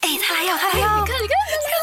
他来呀，他来哎呀！你看，你看，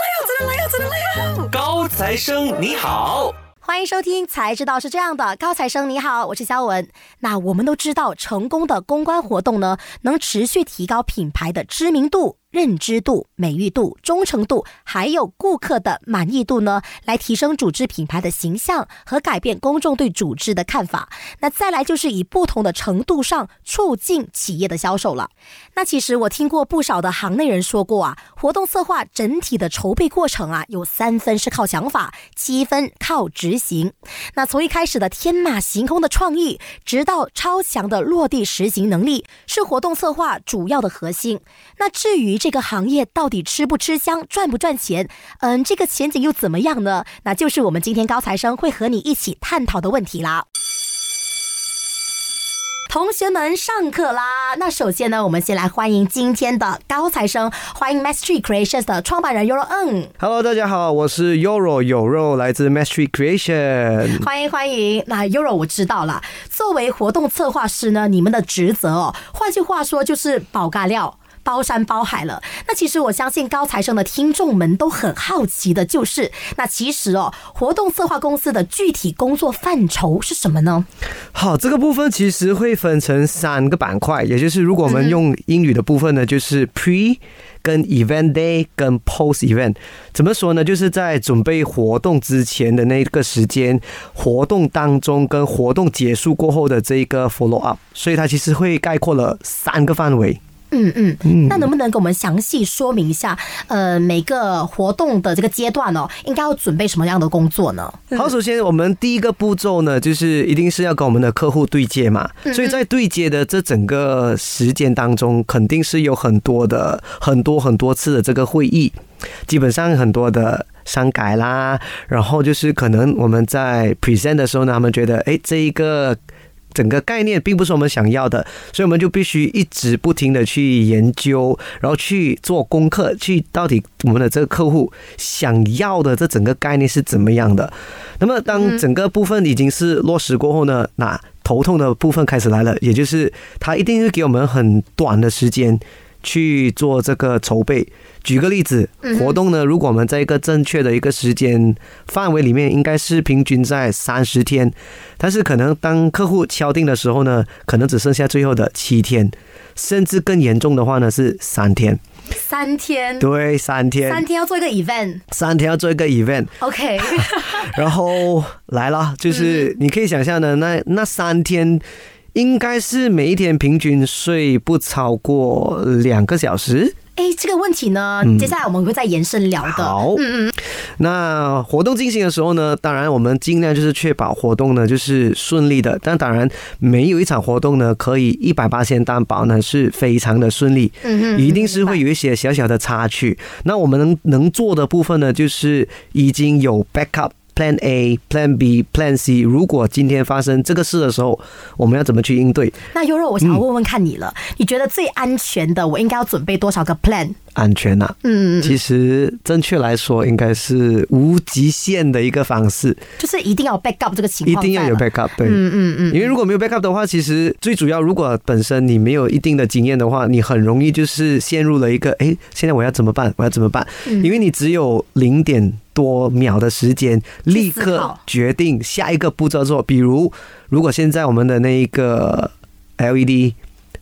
来呀，真的来呀，真的来呀！高材生你好，欢迎收听《才知道是这样的》，高材生你好，我是肖文。那我们都知道，成功的公关活动呢，能持续提高品牌的知名度、认知度、美誉度、忠诚度，还有顾客的满意度呢，来提升组织品牌的形象和改变公众对组织的看法。那再来就是以不同的程度上促进企业的销售了。那其实我听过不少的行内人说过啊，活动策划整体的筹备过程啊，有三分是靠想法，七分靠执行。那从一开始的天马行空的创意，直到超强的落地实行能力，是活动策划主要的核心。那至于这个行业到底吃不吃香、赚不赚钱，嗯，这个前景又怎么样呢？那就是我们今天高材生会和你一起探讨的问题啦。同学们上课啦！那首先呢，我们先来欢迎今天的高材生，欢迎 Mastery Creations 的创办人 Yoro Ng， Hello，大家好，我是 Yoro 有肉，来自 Mastery Creation。欢迎欢迎。那 Yoro 我知道了，作为活动策划师呢，你们的职责哦，换句话说就是保嘎料。包山包海了。那其实我相信高材生的听众们都很好奇的，就是那其实哦，活动策划公司的具体工作范畴是什么呢？好，这个部分其实会分成三个板块，也就是如果我们用英语的部分呢，就是 Pre。跟 event day 跟 post event 怎么说呢？就是在准备活动之前的那个时间，活动当中跟活动结束过后的这一个 follow up，所以它其实会概括了三个范围。嗯嗯，那能不能给我们详细说明一下？呃，每个活动的这个阶段哦，应该要准备什么样的工作呢？好，首先我们第一个步骤呢，就是一定是要跟我们的客户对接嘛，嗯所以在对接的这整个时间当中，肯定是有很多的、很多很多次的这个会议，基本上很多的。删改啦，然后就是可能我们在 present 的时候呢，他们觉得，哎，这一个整个概念并不是我们想要的，所以我们就必须一直不停的去研究，然后去做功课，去到底我们的这个客户想要的这整个概念是怎么样的。那么当整个部分已经是落实过后呢，那头痛的部分开始来了，也就是他一定会给我们很短的时间。去做这个筹备。举个例子，活动呢，如果我们在一个正确的一个时间范围里面，应该是平均在三十天，但是可能当客户敲定的时候呢，可能只剩下最后的七天，甚至更严重的话呢是三天。三天，对，三嗯天，三天要做一个 event。三天要做一个 event， OK，然后来了，就是你可以想象的，那那三天应该是每一天平均睡不超过两个小时。哎，这个问题呢，接下来我们会再延伸聊的。嗯好，嗯嗯。那活动进行的时候呢，当然我们尽量就是确保活动呢就是顺利的，但当然没有一场活动呢可以一百八先担保呢是非常的顺利，嗯嗯一定是会有一些小小的插曲。那我们能能做的部分呢，就是已经有 backup。Plan A、Plan B、Plan C，如果今天发生这个事的时候，我们要怎么去应对？那优若，我想要问问看你了，你觉得最安全的，我应该要准备多少个 plan？安全呐、嗯，其实正确来说，应该是无极限的一个方式，就是一定要有 backup 这个情一况，定要有。backup。对，嗯嗯嗯，因为如果没有 backup 的话，其实最主要，如果本身你没有一定的经验的话，你很容易就是陷入了一个，哎，现在我要怎么办？我要怎么办？嗯因为你只有零点多秒的时间，立去思刻考决定下一个步骤做。比如，如果现在我们的那一个 E LED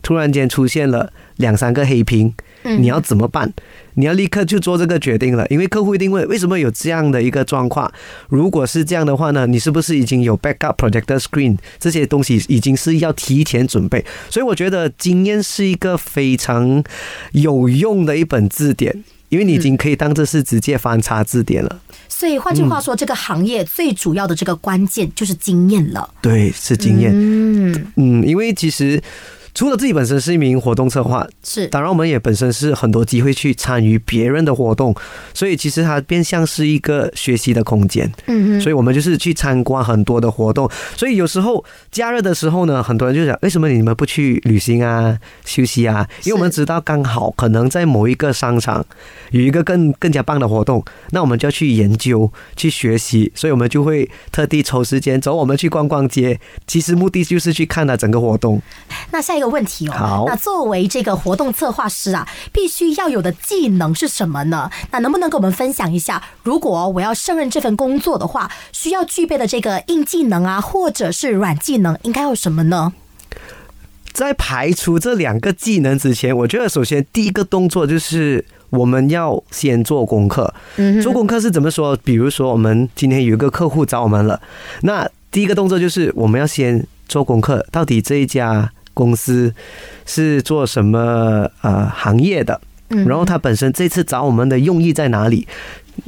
突然间出现了两三个黑屏，你要怎么办？你要立刻去做这个决定了，因为客户一定问为什么有这样的一个状况。如果是这样的话呢，你是不是已经有 backup projector screen 这些东西已经是要提前准备？所以我觉得经验是一个非常有用的一本字典，因为你已经可以当这是直接翻查字典了。所以换句话嗯说，这个行业最主要的这个关键就是经验了。对，是经验。嗯，嗯，因为其实除了自己本身是一名活动策划，是。当然，我们也本身是很多机会去参与别人的活动，所以其实它变相是一个学习的空间。嗯所以我们就是去参观很多的活动。所以有时候假日的时候呢，很多人就想，为哎什么你们不去旅行啊、休息啊？因为我们知道刚好可能在某一个商场有一个更更加棒的活动，那我们就要去研究、去学习，所以我们就会特地抽时间走，我们去逛逛街。其实目的就是去看它整个活动。那下一个个问题哦。好那作为这个活动策划师啊，必须要有的技能是什么呢？那能不能给我们分享一下？如果我要胜任这份工作的话，需要具备的这个硬技能啊，或者是软技能，应该有什么呢？在排除这两个技能之前，我觉得首先第一个动作就是我们要先做功课。嗯做功课是怎么说？比如说，我们今天有一个客户找我们了，那第一个动作就是我们要先做功课，到底这一家公司是做什么呃行业的，嗯然后他本身这次找我们的用意在哪里？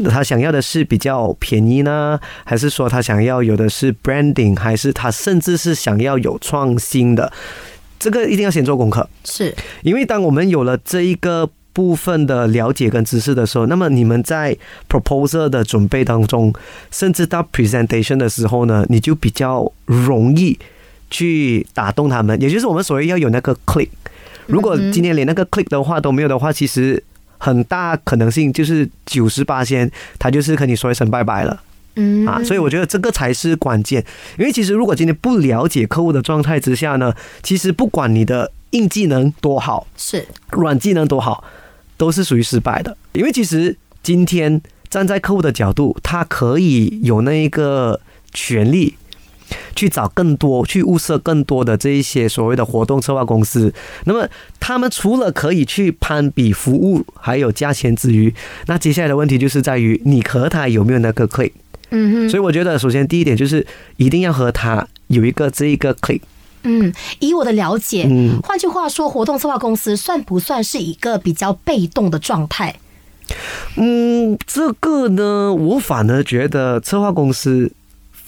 他想要的是比较便宜呢，还是说他想要有的是 branding，还是他甚至是想要有创新的？这个一定要先做功课。是因为当我们有了这一个部分的了解跟知识的时候，那么你们在 proposal 的准备当中，甚至到 presentation 的时候呢，你就比较容易去打动他们，也就是我们所谓要有那个 click。如果今天连那个 click 的话都没有的话，其实很大可能性就是九十八先，他就是跟你说一声拜拜了。嗯啊，所以我觉得这个才是关键。因为其实如果今天不了解客户的状态之下呢，其实不管你的硬技能多好，是软技能多好，都是属于失败的。因为其实今天站在客户的角度，他可以有那一个权利。去找更多、去物色更多的这一些所谓的活动策划公司，那么他们除了可以去攀比服务还有价钱之余，那接下来的问题就是在于你和他有没有那个 click。嗯哼。所以我觉得，首先第一点就是一定要和他有一个这一个 click。嗯，以我的了解，嗯换句话说，活动策划公司算不算是一个比较被动的状态？嗯，这个呢，我反而觉得策划公司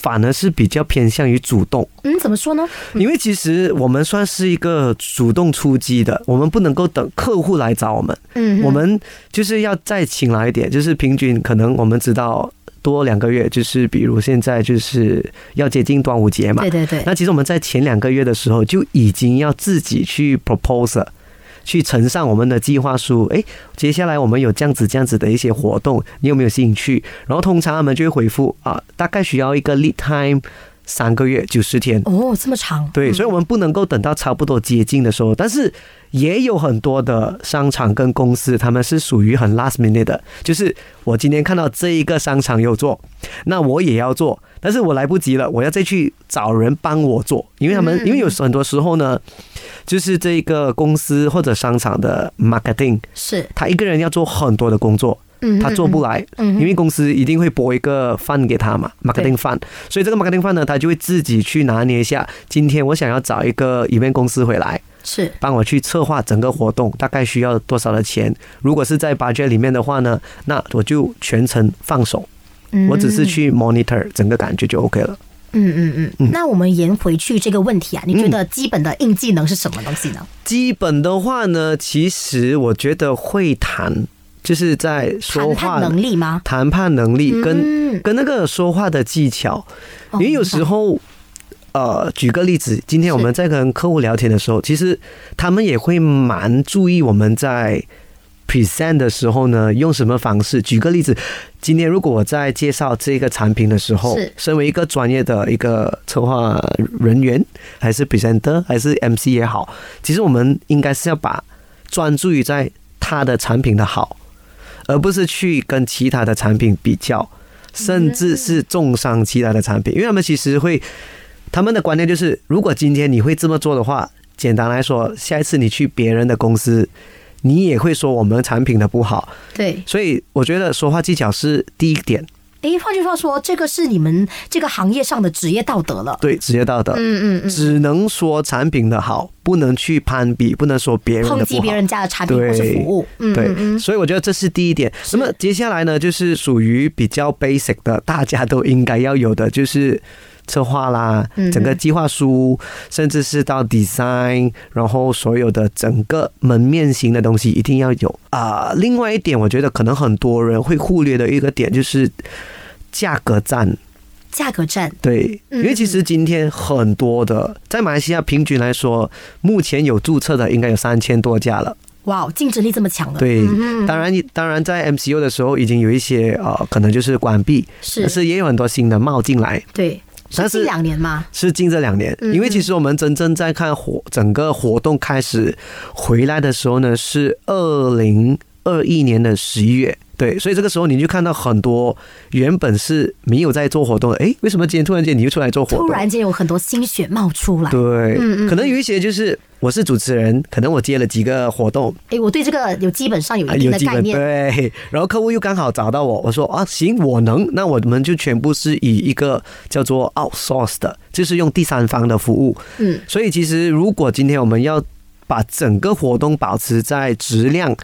反而是比较偏向于主动，嗯，怎么说呢？因为其实我们算是一个主动出击的，我们不能够等客户来找我们，嗯哼，我们就是要再请来一点，就是平均可能我们知道多两个月，就是比如现在就是要接近端午节嘛对，对对，那其实我们在前两个月的时候就已经要自己去 proposal，去呈上我们的计划书。诶，接下来我们有这样子这样子的一些活动，你有没有兴趣？然后通常他们就会回复啊，大概需要一个 lead time 三个月九十天。哦，这么长，对，所以我们不能够等到差不多接近的时候，但是也有很多的商场跟公司，他们是属于很 last minute 的，就是我今天看到这一个商场有做，那我也要做，但是我来不及了，我要再去找人帮我做，因为他们因为有很多时候呢，就是这个公司或者商场的 marketing，是，他一个人要做很多的工作，嗯，他做不来，嗯哼因为公司一定会拨一个饭给他嘛对，marketing 饭，所以这个 marketing 饭呢，他就会自己去拿捏一下。今天我想要找一个 event 公司回来是，帮我去策划整个活动，大概需要多少的钱？如果是在 budget 里面的话呢，那我就全程放手，嗯我只是，去 monitor 整个感觉就 OK 了。嗯嗯嗯。那我们延回去这个问题啊，你觉得嗯基本的硬技能是什么东西呢？基本的话呢，其实我觉得会谈就是在说谈判话能力吗？谈判能力跟嗯，跟那个说话的技巧。哦因为有时，候，呃，举个例子，今天我们在跟客户聊天的时候，其实他们也会蛮注意我们在 present 的时候呢，用什么方式。举个例子，今天如果我在介绍这个产品的时候是，身为一个专业的一个策划人员，还是 presenter，还是 MC 也好，其实我们应该是要把专注于在它的产品的好，而不是去跟其他的产品比较，甚至是重伤其他的产品，因为他们其实会，他们的观念就是，如果今天你会这么做的话，简单来说，下一次你去别人的公司。你也会说我们产品的不好，对，所以我觉得说话技巧是第一点，诶，换句话说，这个是你们这个行业上的职业道德了。对职业道德，嗯嗯只能说产品的好，不能去攀比，不能说别人嗯，的不好。抨击别人家的产品对或是服务，嗯嗯对，嗯，所以我觉得这是第一点。那么接下来呢，就是属于比较 basic 的，大家都应该要有的，就是策划啦嗯哼，整个计划书，甚至是到 design，然后所有的整个门面型的东西一定要有啊、另外一点，我觉得可能很多人会忽略的一个点就是价格战。价格战，对，嗯因为其实今天很多的在马来西亚平均来说，目前有注册的应该有三千多家了。哇，哦，竞争力这么强的，对嗯，当然，当然在 MCU 的时候已经有一些呃，可能就是关闭，是但是也有很多新的冒进来。对，是近两年嘛，是近这两年，嗯因为其实我们真正在看活整个活动开始回来的时候呢，是二零二一年的十一月。对，所以这个时候你就看到很多原本是没有在做活动的，诶，为什么今天突然间你又出来做活动？突然间有很多心血冒出来。对，嗯嗯可能有一些就是我是主持人，可能我接了几个活动，哎，我对这个有基本上有啊一定有的基概本念。对，然后客户又刚好找到我，我说啊行，我能，那我们就全部是以一个叫做 outsource 的，就是用第三方的服务。嗯，所以其实如果今天我们要把整个活动保持在质量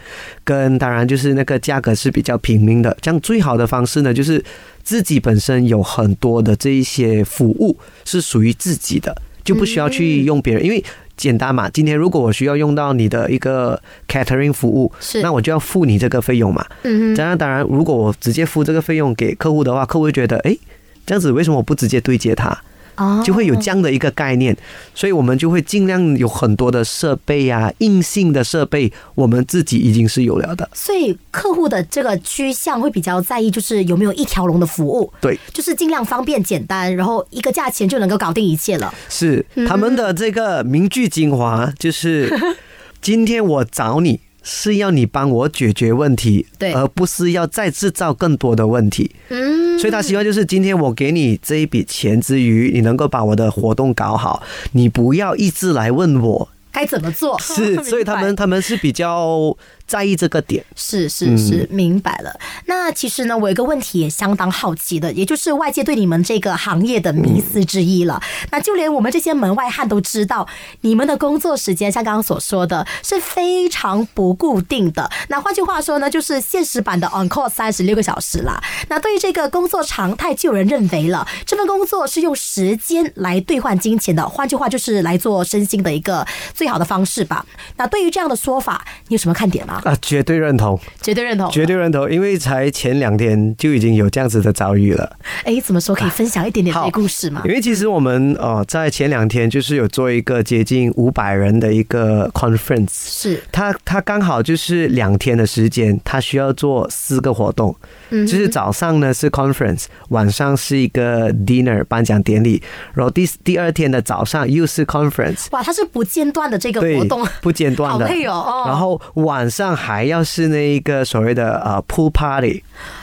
跟当然就是那个价格是比较平民的，这样最好的方式呢就是自己本身有很多的这一些服务是属于自己的，就不需要去用别人，因为。简单嘛，今天如果我需要用到你的一个 catering 服务，是那我就要付你这个费用嘛。嗯哼，当然，当然，如果我直接付这个费用给客户的话，客户会觉得，诶，这样子为什么我不直接对接他？哦就会有这样的一个概念，所以我们就会尽量有很多的设备啊，硬性的设备，我们自己已经是有了的。所以客户的这个趋向会比较在意，就是有没有一条龙的服务，对，就是尽量方便简单，然后一个价钱就能够搞定一切了。是嗯他们的这个名句精华，就是 今天我找你是要你帮我解决问题，对而不是要再制造更多的问题。嗯，所以他希望就是今天我给你这一笔钱之余，你能够把我的活动搞好，你不要一直来问我。该怎么做？ 是，所以他们他们是比较在意这个点。是是是，明白了。那其实呢，我有一个问题也相当好奇的，也就是外界对你们这个行业的迷思之一了。那就连我们这些门外汉都知道，你们的工作时间像刚刚所说的是非常不固定的。那换句话说呢，就是现实版的 on call 三十六个小时啦。那对于这个工作常态，就有人认为了这份工作是用时间来兑换金钱的，换句话就是来做身心的一个最好的方式吧。那对于这样的说法，你有什么看点吗？啊，绝对认同，绝对认同，绝对认同，因为才前两天就已经有这样子的遭遇了。哎，怎么说可以分享一点点这故事吗因？为其实我们呃在前两天就是有做一个接近五百人的一个 conference，是，他他刚好就是两天的时间，他需要做四个活动，嗯就是早上呢是 conference，晚上是一个 dinner 颁奖典礼，然后第第二天的早上又是 conference，哇，它是不间断的这个对 活动，，不间断好的。配哦哦。然后晚上还要是那一个所谓的呃 pool party，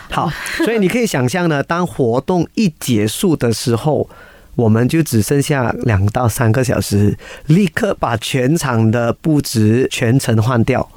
好，所以你可以想象 呢，当活动一结束的时候，我们就只剩下两到三个小时，立刻把全场的布置全程换掉。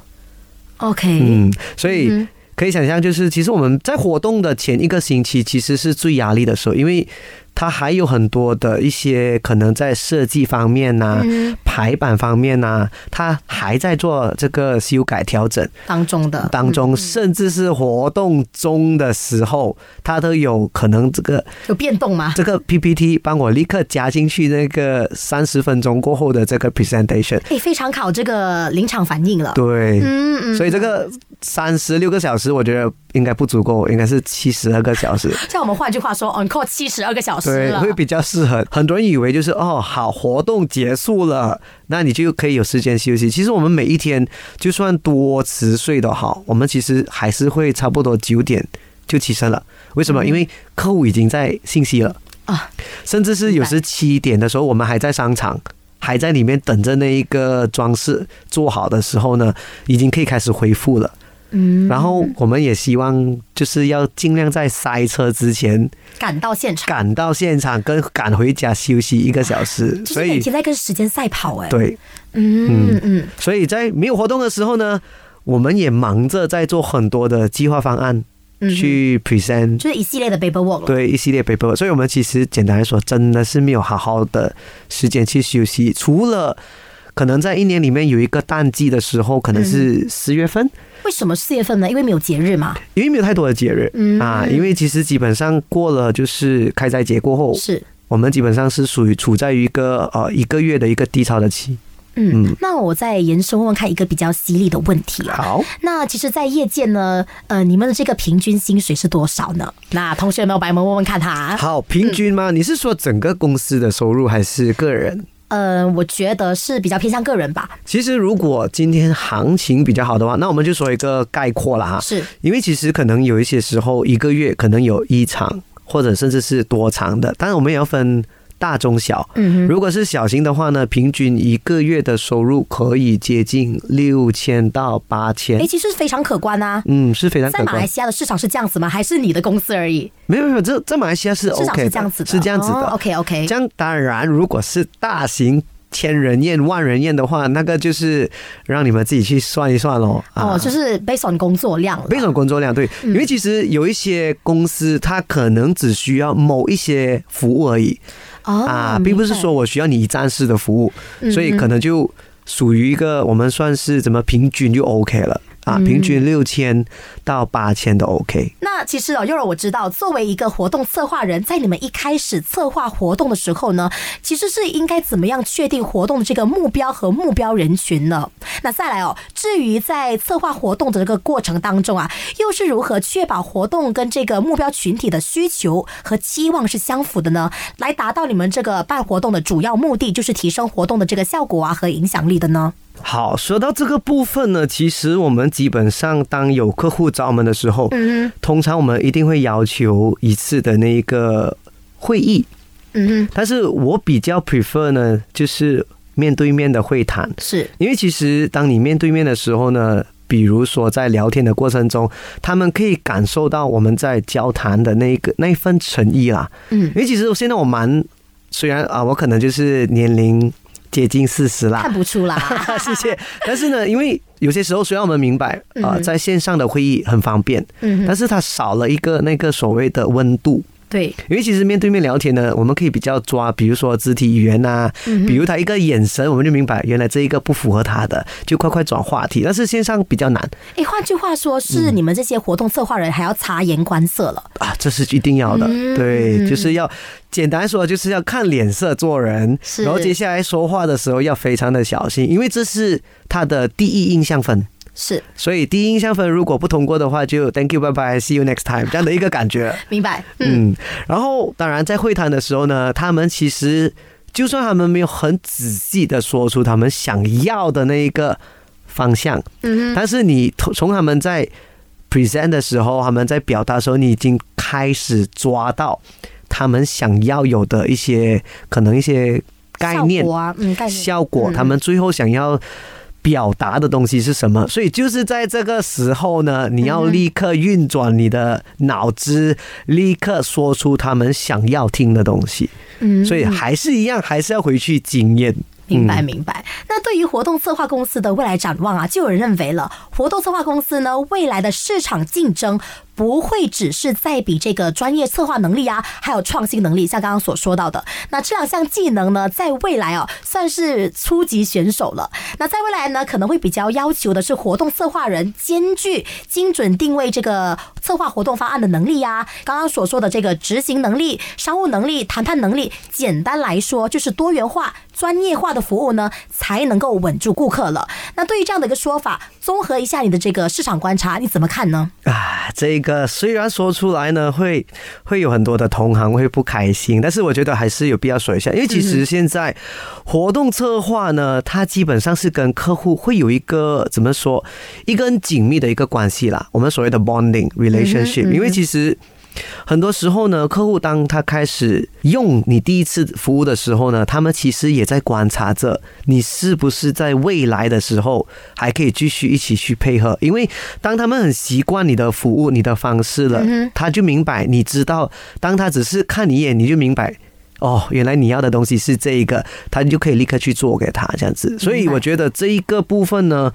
OK，、嗯，所以可以想象，就是其实我们在活动的前一个星期，其实是最压力的时候，因为它还有很多的一些可能在设计方面呐、嗯排版方面呐、它还在做这个修改调整当中的当中，甚至是活动中的时候，它都有可能这个嗯有变动吗？这个 PPT 帮我立刻加进去那个三十分钟过后的这个 presentation，哎，非常考这个临场反应了。对，嗯嗯，所以这个三十六个小时，我觉得应该不足够，应该是七十二个小时，像我们换句话说，on call 七十二个小时对，了会。比较适合。很多人以为就是哦，好，活动结束了，那你就可以有时间休息。其实我们每一天，就算多迟睡的好，我们其实还是会差不多九点就起身了。为什么？因为客户已经在信息了啊，甚至是有时七点的时候，我们还在商场。还在里面等着那一个装饰做好的时候呢，已经可以开始恢复了。嗯，然后我们也希望就是要尽量在塞车之前赶到现场，赶到现场，跟赶回家休息一个小时。啊就所是每以天在跟时间赛跑哎。，对，嗯嗯，所以在没有活动的时候呢，我们也忙着在做很多的计划方案嗯去 present。就是一系列的 paperwork 了。对一系列 paper，所以我们其实简单来说，真的是没有好好的时间去休息。除了可能在一年里面有一个淡季的时候，可能嗯是十月份，为什么四月份呢？因为没有节日嘛。因为没有太多的节日、嗯啊，因为其实基本上过了就是开斋节过后，是，我们基本上是属于处在于一个呃一个月的一个低潮的期。嗯，那我再延伸问问看一个比较犀利的问题啊。好，那其实，在业界呢，呃，你们的这个平均薪水是多少呢？那同学们，我们问问看哈。好，平均吗？嗯你是说整个公司的收入还是个人？呃，我觉得是比较偏向个人吧，其实如果今天行情比较好的话，那我们就说一个概括了哈。是因为其实可能有一些时候一个月可能有一场或者甚至是多长的，当然我们也要分大中小。嗯哼，如果是小型的话呢，平均一个月的收入可以接近六千到八千哎，，其实非常可观啊。嗯，是非常在可马来观。西亚的市场是这样子吗？还是你的公司而已？没有没有，这这马来西亚是市场 OK 是的，这样子的，哦是这样子的。 OK OK，这样当然，如果是大型千人宴、万人宴的话，那个就是让你们自己去算一算喽。啊哦，就是嗯背 a 工作量啦，那种工作量，对，因为其实有一些公司，它可能只需要某一些服务而已哦啊，并不是说我需要你一站式的服务，嗯所以可能就属于一个我们算是怎么平均就 OK 了啊，平均六千到八千的 OK。那其实哦，幼儿我知道，作为一个活动策划人，在你们一开始策划活动的时候呢，其实是应该怎么样确定活动的这个目标和目标人群呢？那再来哦，至于在策划活动的这个过程当中啊，又是如何确保活动跟这个目标群体的需求和期望是相符的呢？来达到你们这个办活动的主要目的，就是提升活动的这个效果啊和影响力的呢？好，说到这个部分呢，其实我们基本上当有客户找我们的时候，嗯通常我们一定会要求一次的那一个会议，嗯但是我比较 prefer 呢，就是面对面的会谈，是因为其实当你面对面的时候呢。比如说，在聊天的过程中，他们可以感受到我们在交谈的那一个那一份诚意啦。 嗯因，为其实现在我蛮，虽然啊，我可能就是年龄接近四十啦， 看不出啊啦，谢谢。但是呢，因为有些时候虽然我们明白啊、呃嗯在线上的会议很方便，嗯哼，但是它少了一个那个所谓的温度。 对，因为其实面对面聊天呢，我们可以比较抓，比如说肢体语言呐、嗯比如他一个眼神，我们就明白原来这一个不符合他的，就快快转话题。但是线上比较难诶，哎换句话说，嗯是你们这些活动策划人还要察言观色了。啊，这是一定要的，嗯对，就是要简单说，就是要看脸色做人，是然后接下来说话的时候要非常的小心，因为这是他的第一印象分。是，所以第一印象分如果不通过的话，就 Thank you，拜拜，See you next time 这样的一个感觉。明白。嗯，嗯，然后当然在会谈的时候呢，他们其实就算他们没有很仔细的说出他们想要的那一个方向，嗯但是你从从他们在 present 的时候，他们在表达的时候，你已经开始抓到他们想要有的一些可能一些概念效果啊，嗯，概念。效果，嗯嗯他们最后想要表达的东西是什么。所以就是在这个时候呢，你要立刻运转你的脑嗯子，立刻说出他们想要听的东西。嗯，所以还嗯是一样，还是要回去经验。明白明白。那对于活动策划公司的未来展望啊，就有人认为了，活动策划公司呢，未来的市场竞争不会只是在比这个专业策划能力啊，还有创新能力，像刚刚所说到的，那这两项技能呢，在未来哦，算是初级选手了。那在未来呢，可能会比较要求的是活动策划人兼具精准定位这个策划活动方案的能力呀、刚刚所说的这个执行能力、商务能力、谈判能力，简单来说就是多元化、专业化的服务呢，才能够稳住顾客了。那对于这样的一个说法，综合一下你的这个市场观察，你怎么看呢？啊，这个虽然说出来呢，会会有很多的同行会不开心，但是我觉得还是有必要说一下，因为其实现在活动策划呢，它基本上是跟客户会有一个怎么说，一个很紧密的一个关系啦，我们所谓的 bonding relationship，、因为其实。很多时候呢，客户当他开始用你第一次服务的时候呢，他们其实也在观察着你是不是在未来的时候还可以继续一起去配合，因为当他们很习惯你的服务、你的方式了，他就明白，你知道，当他只是看你一眼，你就明白。哦，原来你要的东西是这一个，他就可以立刻去做给他这样子，所以明白我觉得这一个部分呢，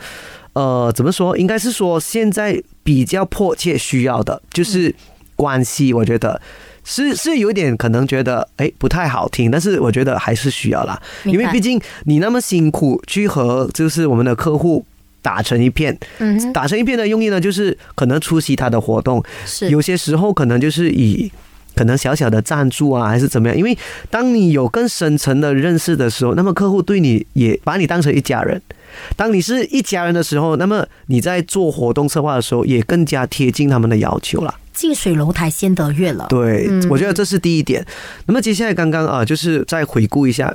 呃，怎么说？应该是说现在比较迫切需要的就是关系，我觉得是是有点可能觉得哎不太好听，但是我觉得还是需要啦，明因白为毕竟你那么辛苦去和就是我们的客户打成一片，嗯哼，打成一片的用意呢，就是可能出席他的活动，是有些时候可能就是以可能小小的赞助啊，还是怎么样？因为当你有更深层的认识的时候，那么客户对你也把你当成一家人。当你是一家人的时候，那么你在做活动策划的时候，也更加贴近他们的要求啦。近水楼台先得月了。对嗯，我觉得这是第一点。那么接下来刚刚啊，就是再回顾一下。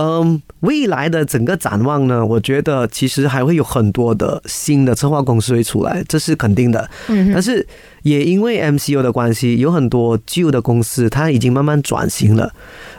嗯，未来的整个展望呢，我觉得其实还会有很多的新的策划公司会出来，这是肯定的。嗯但是也因为 MCU 的关系，有很多旧的公司它已经慢慢转型了。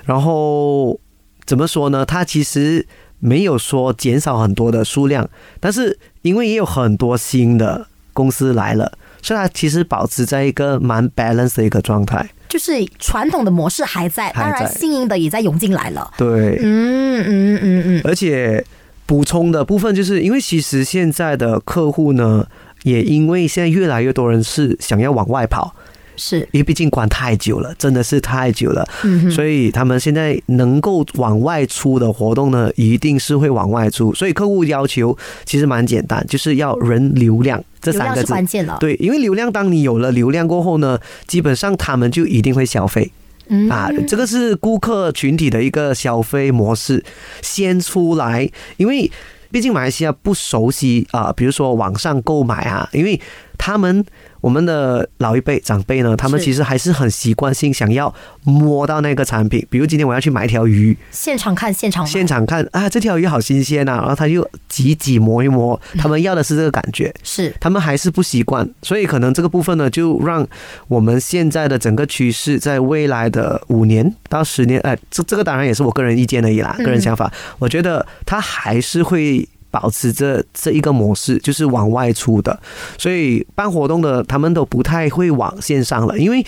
然后怎么说呢？它其实没有说减少很多的数量，但是因为也有很多新的公司来了，所以它其实保持在一个蛮 balance 的一个状态。就是传统的模式还在，嗯还当然在新颖的也在涌进来了。对，嗯嗯嗯嗯，而且补充的部分就是，因为其实现在的客户呢，也因为现在越来越多人是想要往外跑，是，因为毕竟关太久了，真的是太久了，嗯哼，所以他们现在能够往外出的活动呢，一定是会往外出。所以客户要求其实蛮简单，就是要人流量这流三量个是字。关键了。对，因为流量，当你有了流量过后呢，基本上他们就一定会消费。嗯啊，这个是顾客群体的一个消费模式先出来，因为毕竟马来西亚不熟悉啊、比如说网上购买啊，因为他们我们的老一辈长辈呢，他们是其实还是很习惯性想要摸到那个产品，比如今天我要去买一条鱼，现场看现场买现场看啊这条鱼好新鲜啊，然后他就挤挤摸一摸，他们要的是这个感觉，是他们还是不习惯，所以可能这个部分呢，就让我们现在的整个趋势，在未来的五年到十年，哎，这这个当然也是我个人意见而已啦，嗯个人想法，我觉得它还是会。保持着这一个模式，就是往外出的，所以办活动的他们都不太会往线上了，因为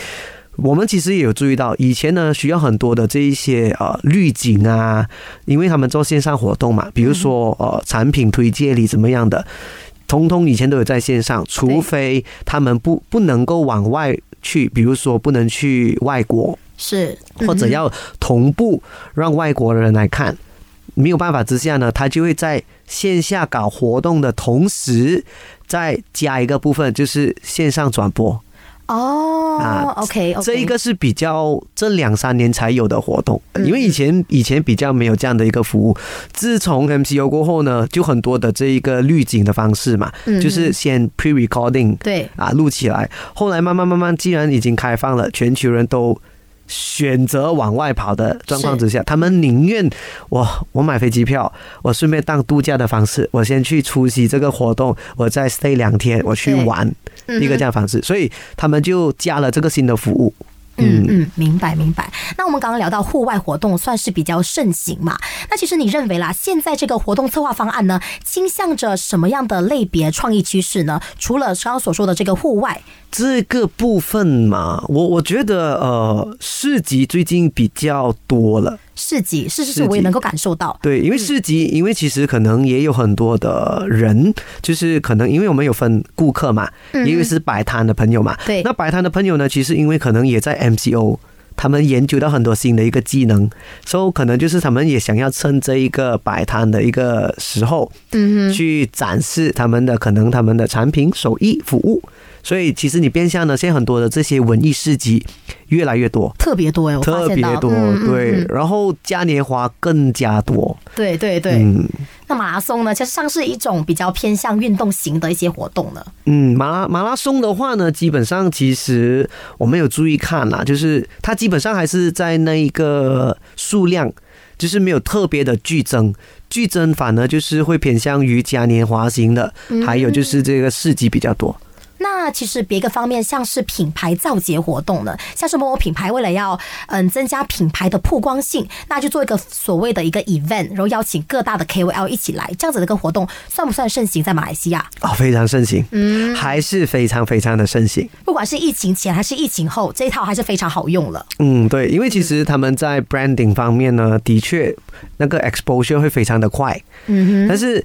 我们其实也有注意到，以前呢需要很多的这一些呃滤镜啊，因为他们做线上活动嘛，比如说呃产品推介里怎么样的，通通以前都有在线上，除非他们不不能够往外去，比如说不能去外国，是，嗯或者哼要同步让外国人来看。没有办法之下呢，他就会在线下搞活动的同时，再加一个部分就是线上转播。哦啊，OK OK，这一个是比较这两三年才有的活动，嗯因为以前以前比较没有这样的一个服务。自从 MCU 过后呢，就很多的这一个滤镜的方式嘛，嗯就是先 pre recording 对，啊录起来，后来慢慢慢慢，既然已经开放了，全球人都。选择往外跑的状况之下，他们宁愿我我买飞机票，我顺便当度假的方式，我先去出席这个活动，我再 stay 两天，我去对玩，一个样，这样的方式，所以他们就加了这个新的服务。嗯嗯，明白明白。那我们刚刚聊到户外活动算是比较盛行嘛，那其实你认为啦，现在这个活动策划方案呢，倾向着什么样的类别创意趋势呢？除了刚刚所说的这个户外，这个部分嘛，我我觉得呃，市集最近比较多了，市集，是是市是，集我也能够感受到。对，因为市集，因为其实可能也有很多的人，就是可能因为我们有分顾客嘛，嗯一个是摆摊的朋友嘛，对那摆摊的朋友呢，其实因为可能也在 MCO。他们研究到很多新的一个技能，所、以可能就是他们也想要趁这一个摆摊的一个时候，嗯去展示他们的可能他们的产品、手艺、服务。所以其实你变相呢，现在很多的这些文艺市集越来越多哼，。特别多哎，我发特现别到多，嗯嗯对嗯，然后嘉年华更加多，对对对。嗯那马拉松呢，其实上是一种比较偏向运动型的一些活动呢。嗯，马拉马拉松的话呢，基本上其实我们有注意看啦，就是它基本上还是在那一个数量，就是没有特别的剧增，剧增反而就是会偏向于嘉年华型的，还有就是这个市集比较多。那其实别个方面，像是品牌造节活动呢，像是某某品牌为了要嗯增加品牌的曝光性，那就做一个所谓的一个 event，然后邀请各大的 KOL 一起来，这样子的一个活动算不算盛行在马来西亚？啊、非常盛行，嗯，还是非常非常的盛行，不管是疫情前还是疫情后，这一套还是非常好用了。嗯，对，因为其实他们在 branding 方面呢，的确那个 exposure 会非常的快，嗯但是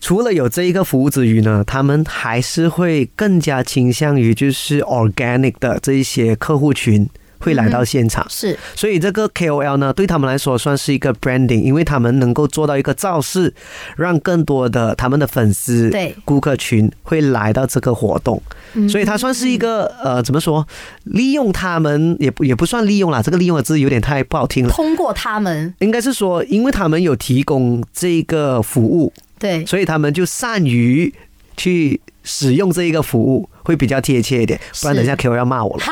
除了有这一个服务之余呢，他们还是会更加倾向于就是 organic 的这一些客户群会来到现嗯场哼，，是所以这个 KOL 呢，对他们来说算是一个 branding，因为他们能够做到一个造势，让更多的他们的粉丝、对嗯顾客群会来到这个活动，所以它算是一个呃，怎么说？利用他们也不也不算利用啦，这个利用的字有点太不好听了。通过他们应该是说，因为他们有提供这个服务，对 所以他们就善于去使用这一个服务，会比较贴切一点。不然等一下 KOL 要骂我了。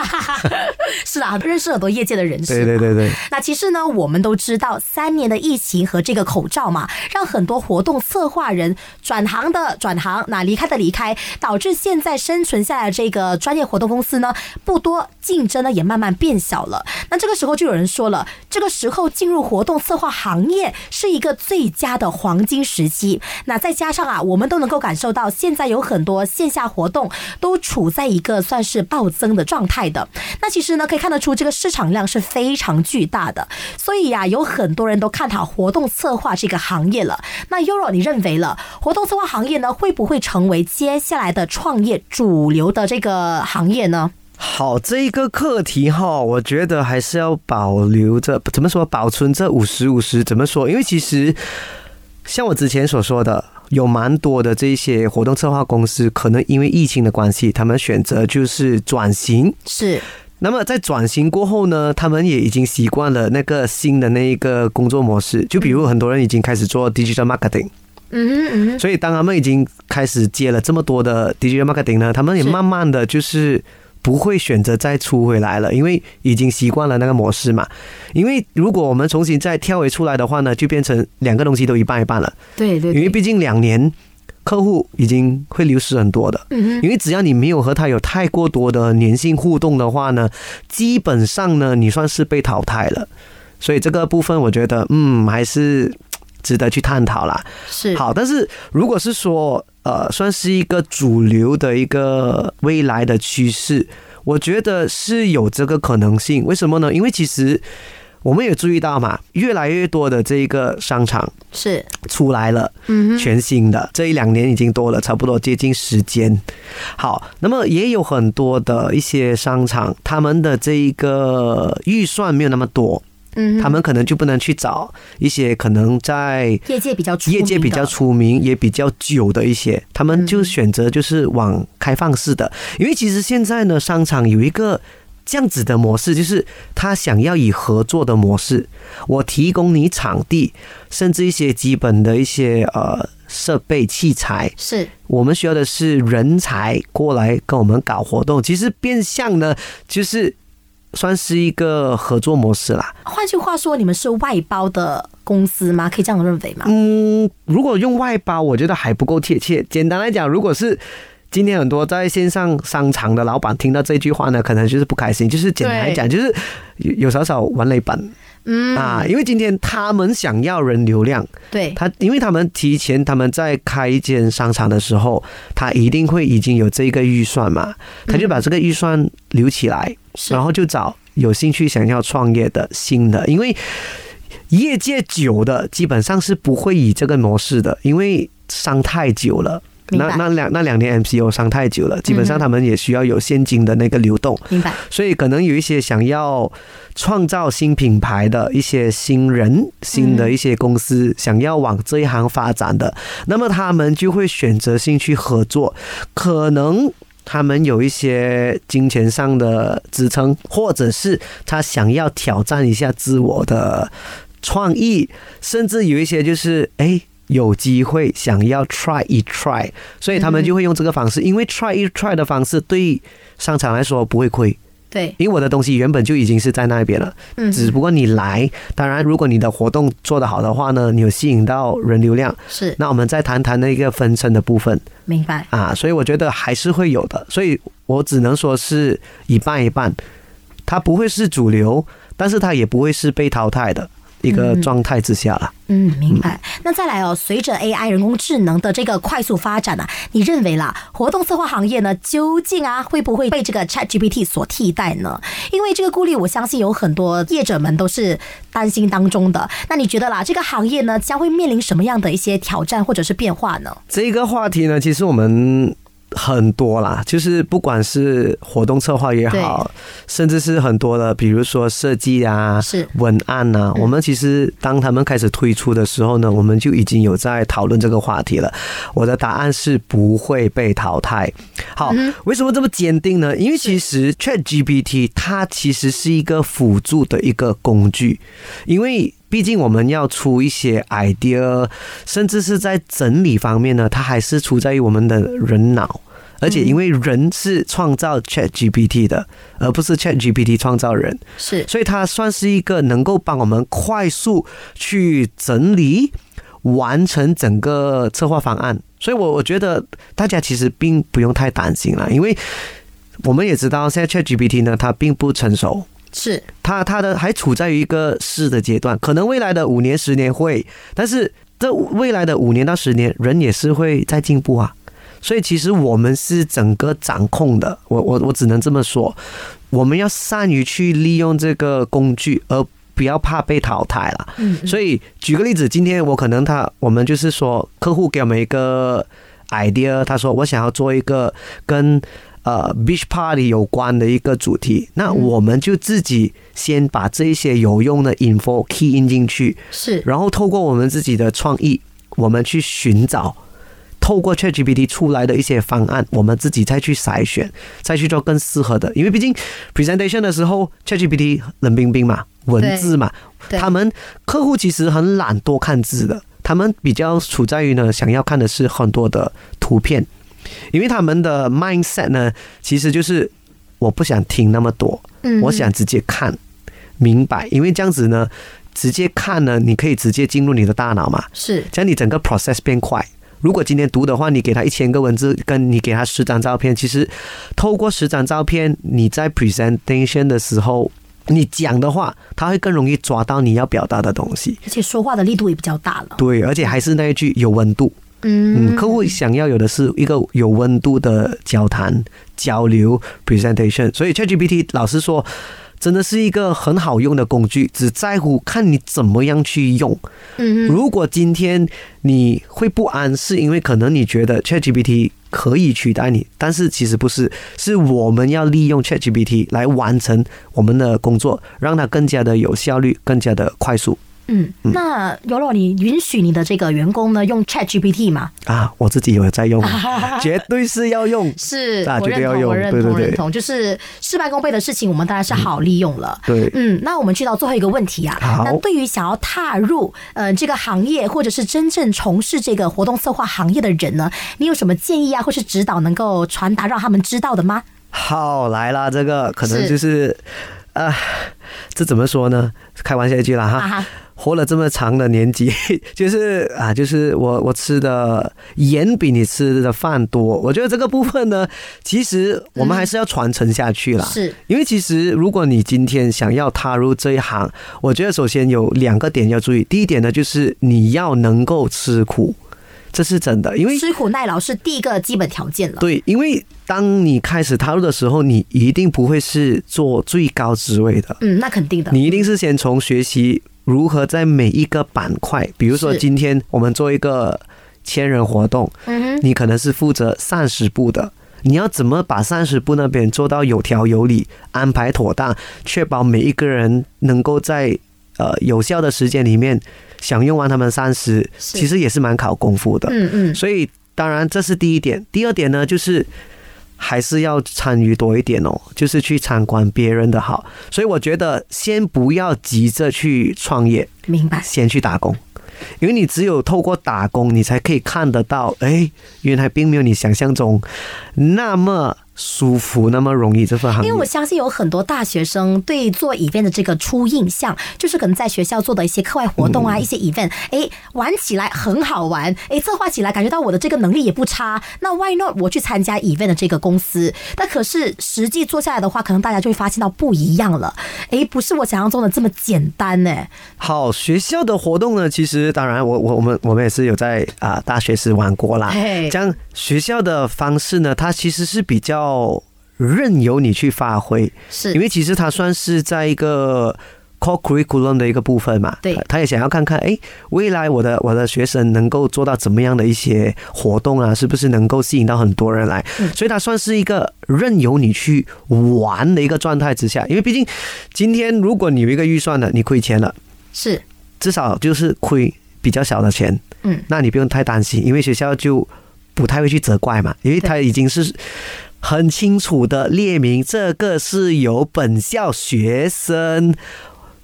是啊，认识很多业界的人士。对对对对，那其实呢，我们都知道，三年的疫情和这个口罩嘛，让很多活动策划人转行的转行，那离开的离开，导致现在生存下来的这个专业活动公司呢不多，竞争呢也慢慢变小了。那这个时候就有人说了，这个时候进入活动策划行业是一个最佳的黄金时期。那再加上啊，我们都能够感受到，现在有很多线下活动都处在一个算是暴增的状态的。那其实呢，可以看得出这个市场量是非常巨大的，所以呀、有很多人都看好活动策划这个行业了。那 Euro，你认为了活动策划行业呢，会不会成为接下来的创业主流的这个行业呢？好，这一个课题哈，我觉得还是要保留着，怎么说保存这五十五十？怎么说？因为其实像我之前所说的，有蛮多的这些活动策划公司，可能因为疫情的关系，他们选择就是转型。是，那么在转型过后呢，他们也已经习惯了那个新的那一个工作模式。就比如很多人已经开始做 digital marketing，嗯哼嗯哼，所以当他们已经开始接了这么多的 digital marketing 呢，他们也是慢慢的就是不会选择再出回来了，因为已经习惯了那个模式嘛。因为如果我们重新再跳回出来的话呢，就变成两个东西都一半一半了，对对因为毕竟两年客户已经会流失很多的。嗯因为只要你没有和他有太过多的粘性互动的话呢，基本上呢，你算是被淘汰了。所以这个部分，我觉得，嗯，还是值得去探讨啦。哼，是，好，但是如果是说，呃，算是一个主流的一个未来的趋势，我觉得是有这个可能性。为什么呢？因为其实我们也注意到嘛，越来越多的这一个商场是，出来了，嗯哼，全新的，这一两年已经多了，差不多接近十间。好，那么也有很多的一些商场，他们的这一个预算没有那么多，嗯哼，他们可能就不能去找一些可能在业界比较出业界名比的较出名也比较久的一些，他们嗯就选择就是往开放式的，因为其实现在呢，商场有一个。这样子的模式就是他想要以合作的模式，我提供你场地，甚至一些基本的一些呃设备器材，是，我们需要的是人才过来跟我们搞活动。其实变相呢，就是算是一个合作模式啦。换句话说，你们是外包的公司吗？可以这样认为吗？嗯，如果用外包，我觉得还不够贴切。简单来讲，如果是今天很多在线上商场的老板听到这句话呢，可能就是不开心。就是简单来讲，就是有有少少玩雷板嗯，啊，因为今天他们想要人流量，对，他因为他们提前他们在开一间商场的时候，他一定会已经有这个预算嘛，他就把这个预算留起来，是然后就找有兴趣想要创业的新的，因为业界久的基本上是不会以这个模式的，因为伤太久了。明那白那两那两年 MCO 伤太久了，基本嗯上哼他们也需要有现金的那个流动，明白，所以可能有一些想要创造新品牌的一些新人、新的一些公司，想要往这一行发展的，那么他们就会选择性去合作，可能。他们有一些金钱上的支撑，或者是他想要挑战一下自我的创意，甚至有一些就是哎有机会想要 try 一 try，所以他们就会用这个方式，因为 try 一 try 的方式对商场来说不会亏，对，因为我的东西原本就已经是在那边了，嗯，只不过你来，当然如果你的活动做得好的话呢，你有吸引到人流量，是那我们再谈谈那个分成的部分明白。啊，所以我觉得还是会有的，所以我只能说是一半一半，它不会是主流，但是它也不会是被淘汰的一个状态之下了。嗯，明白。那再来哦，随着 AI 人工智能的这个快速发展呢、啊你认为啦，活动策划行业呢，究竟啊会不会被这个 ChatGPT 所替代呢？因为这个顾虑，我相信有很多业者们都是担心当中的。那你觉得啦，这个行业呢，将会面临什么样的一些挑战或者是变化呢？这个话题呢，其实我们很多啦，就是不管是活动策划也好，甚至是很多的，比如说设计啊、是文案啊，我们其实当他们开始推出的时候呢，我们就已经有在讨论这个话题了。我的答案是不会被淘汰。好，为什么这么坚定呢？因为其实 Chat GPT 它其实是一个辅助的一个工具，因为毕竟我们要出一些 idea，甚至是在整理方面呢，它还是处在于我们的人脑。而且因为人是创造 Chat GPT 的，而不是 Chat GPT 创造人，是所以它算是一个能够帮我们快速去整理、完成整个策划方案。所以我我觉得大家其实并不用太担心啦，因为我们也知道现在 ChatGPT 呢，它并不成熟，是，它它的还处在于一个试的阶段，可能未来的五年、十年会，但是这未来的五年到十年，人也是会在进步啊。所以其实我们是整个掌控的，我我我只能这么说，我们要善于去利用这个工具，而不要怕被淘汰了。嗯，所以举个例子，今天我可能他我们就是说，客户给我们一个 idea，他说我想要做一个跟呃 beach party 有关的一个主题，那嗯我们就自己先把这一些有用的 info key in 进去，是然后透过我们自己的创意，我们去寻找。透过 ChatGPT 出来的一些方案，我们自己再去筛选，再去做更适合的。因为毕竟 presentation 的时候，ChatGPT 冷冰冰嘛，文字嘛，对他们客户其实很懒惰看字的，他们比较处在于呢，想要看的是很多的图片，因为他们的 mindset 呢，其实就是我不想听那么多，嗯我想直接看明白，因为这样子呢，直接看呢，你可以直接进入你的大脑嘛，是这样你整个 process 变快。如果今天读的话，你给他一千个文字，跟你给他十张照片，其实透过十张照片，你在 presentation 的时候，你讲的话，他会更容易抓到你要表达的东西。而且说话的力度也比较大了。对，而且还是那一句有温度。嗯，客户想要有的是一个有温度的交谈、交流、presentation。所以 ChatGPT 老实说，真的是一个很好用的工具，只在乎看你怎么样去用。嗯如果今天你会不安，是因为可能你觉得 ChatGPT 可以取代你，但是其实不是，是我们要利用 ChatGPT 来完成我们的工作，让它更加的有效率，更加的快速嗯，那尤若，你允许你的这个员工呢用 Chat GPT 吗？啊！我自己有在用，啊绝对是要用。是大家我绝对认要同，用我认对对同，对认同，就是事半功倍的事情，我们当然是好利用了。对嗯，那我们去到最后一个问题啊，好那对于想要踏入呃这个行业，或者是真正从事这个活动策划行业的人呢，你有什么建议啊，或是指导能够传达让他们知道的吗？好，来啦，这个可能是就是，啊，这怎么说呢？开玩笑一句啦哈。啊哈，活了这么长的年纪， 就是啊，就是我我吃的盐比你吃的饭多。我觉得这个部分呢，其实我们还是要传承下去啦。嗯是因为其实如果你今天想要踏入这一行，我觉得首先有两个点要注意。第一点呢，就是你要能够吃苦，这是真的，因为吃苦耐劳是第一个基本条件了。对，因为当你开始踏入的时候，你一定不会是做最高职位的。嗯，那肯定的。你一定是先从学习如何在每一个板块，比如说是今天我们做一个千人活动，嗯哼，你可能是负责三十步的。你要怎么把三十步那边做到有条有理，安排妥当，确保每一个人能够在呃有效的时间里面享用完他们三十，是其实也是蛮考功夫的。嗯嗯，所以当然这是第一点，第二点呢就是。还是要参与多一点哦，就是去参观别人的好，所以我觉得先不要急着去创业，明白。先去打工，因为你只有透过打工，你才可以看得到，哎，原来并没有你想象中那么舒服，那么容易这份行业。因为我相信有很多大学生对做 event 的这个初印象，就是可能在学校做的一些课外活动啊，一些 event，哎，玩起来很好玩，哎，策划起来感觉到我的这个能力也不差，那 why not 我去参加 event 的这个公司？那可是实际做下来的话，可能大家就会发现到不一样了，哎，不是我想象中的这么简单呢、好，学校的活动呢，其实当然我我我们我们也是有在啊、大学时玩过啦嘿。这样学校的方式呢，它其实是比较任由你去发挥，是因为其实它算是在一个。core curriculum 的一个部分嘛，对呃他也想要看看，哎，未来我的我的学生能够做到怎么样的一些活动啊，是不是能够吸引到很多人来？嗯所以它算是一个任由你去玩的一个状态之下，因为毕竟今天如果你有一个预算了，你亏钱了，是，至少就是亏比较小的钱，嗯，那你不用太担心，因为学校就不太会去责怪嘛，因为他已经是很清楚的列明这个是由本校学生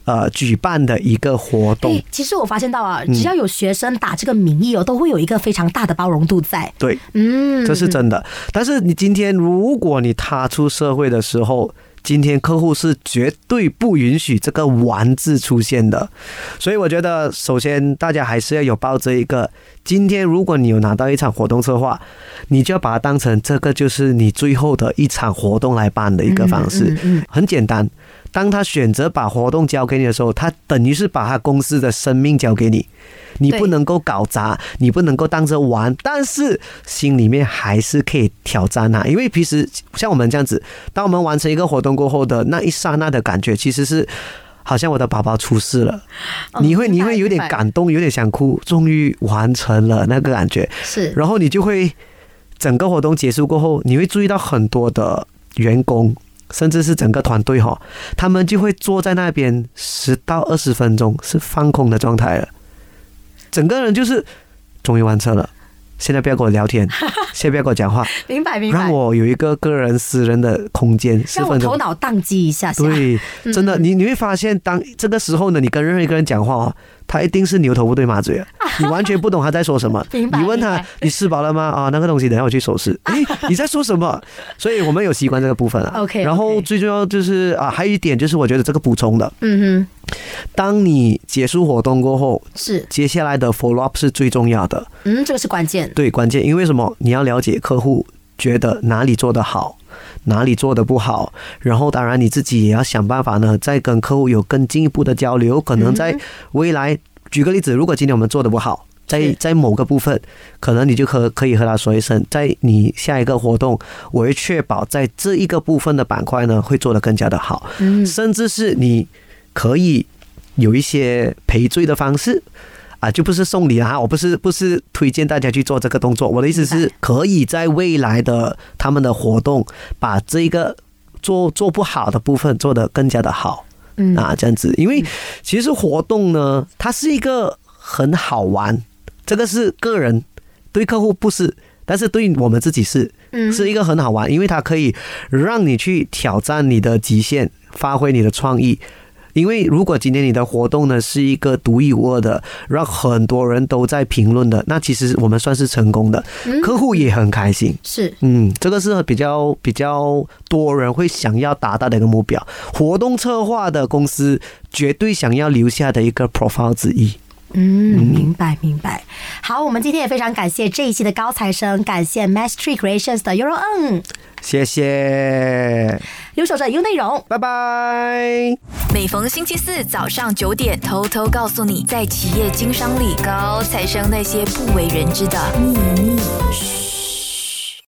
呃举办的一个活动哎。，其实我发现到啊，只要有学生打这个名义哦，都会有一个非常大的包容度在。对，嗯，这是真的。但是你今天如果你踏出社会的时候，今天客户是绝对不允许这个“玩”字出现的，所以我觉得，首先大家还是要有抱着一个，今天如果你有拿到一场活动策划，你就要把它当成这个就是你最后的一场活动来办的一嗯个方式，很简单。当他选择把活动交给你的时候，他等于是把他公司的生命交给你，你对不能够搞砸，你不能够当着玩，但是心里面还是可以挑战他、因为平时像我们这样子，当我们完成一个活动过后的那一刹那的感觉，其实是好像我的宝宝出世了，你会明你白会有点嗯明白感动，有点想哭，终于完成了那个感觉，是然后你就会整个活动结束过后，你会注意到很多的员工，甚至是整个团队哈，他们就会坐在那边十到二十分钟，是放空的状态了，整个人就是终于完成了。现在不要跟我 聊天，现在不要跟我讲话，明白明让白，我有一个个人私人的空间，十让我分钟头。脑宕机一下下。对，真的，嗯。你你会发现，当这个时候呢，你跟任何一个人讲话哦，他一定是牛头不对马嘴的，你完全不懂他在说什么明白你问明他白你吃饱了吗？啊，那个东西等一下我去 收拾。诶，你在说什么？所以我们有习惯这个部分啊。 OK，OK 然后最重要就是啊，还有一点就是我觉得这个补充的，嗯当你结束活动过后，哼，是，接下来的 follow up 是最重要的，嗯，这个是关键。对，关键因为什么？你要了解客户觉得哪里做得好，哪里做得不好，然后当然你自己也要想办法呢，再跟客户有更进一步的交流。可能在未来，举个例子，如果今天我们做的不好。在是在某个部分，可能你就可可以和他说一声，在你下一个活动，我会确保在这一个部分的板块呢会做得更加的好，嗯甚至是你可以有一些赔罪的方式。啊，就不是送礼啊！我不是不是推荐大家去做这个动作，我的意思明是可以在未来的他们的活动，把这一个做做不好的部分做得更加的好嗯啊，这样子。因为其实活动呢，它是一个很好玩，这个是个人对客户不是，但是对我们自己是，嗯是一个很好玩，因为它可以让你去挑战你的极限，发挥你的创意。因为如果今天你的活动呢是一个独一无二的，让很多人都在评论的，那其实我们算是成功的，客户也很开心。是嗯，这个是比较比较多人会想要达到的一个目标。活动策划的公司绝对想要留下的一个 profile 之一。嗯，明白明白。好，我们今天也非常感谢这一期的高材生，感谢 Mastery Creations 的 Euro N，谢谢，留守着 U 内容。拜拜。每逢星期四早上九点，偷偷告诉你，在企业经商里，高材生那些不为人知的秘密。嘘。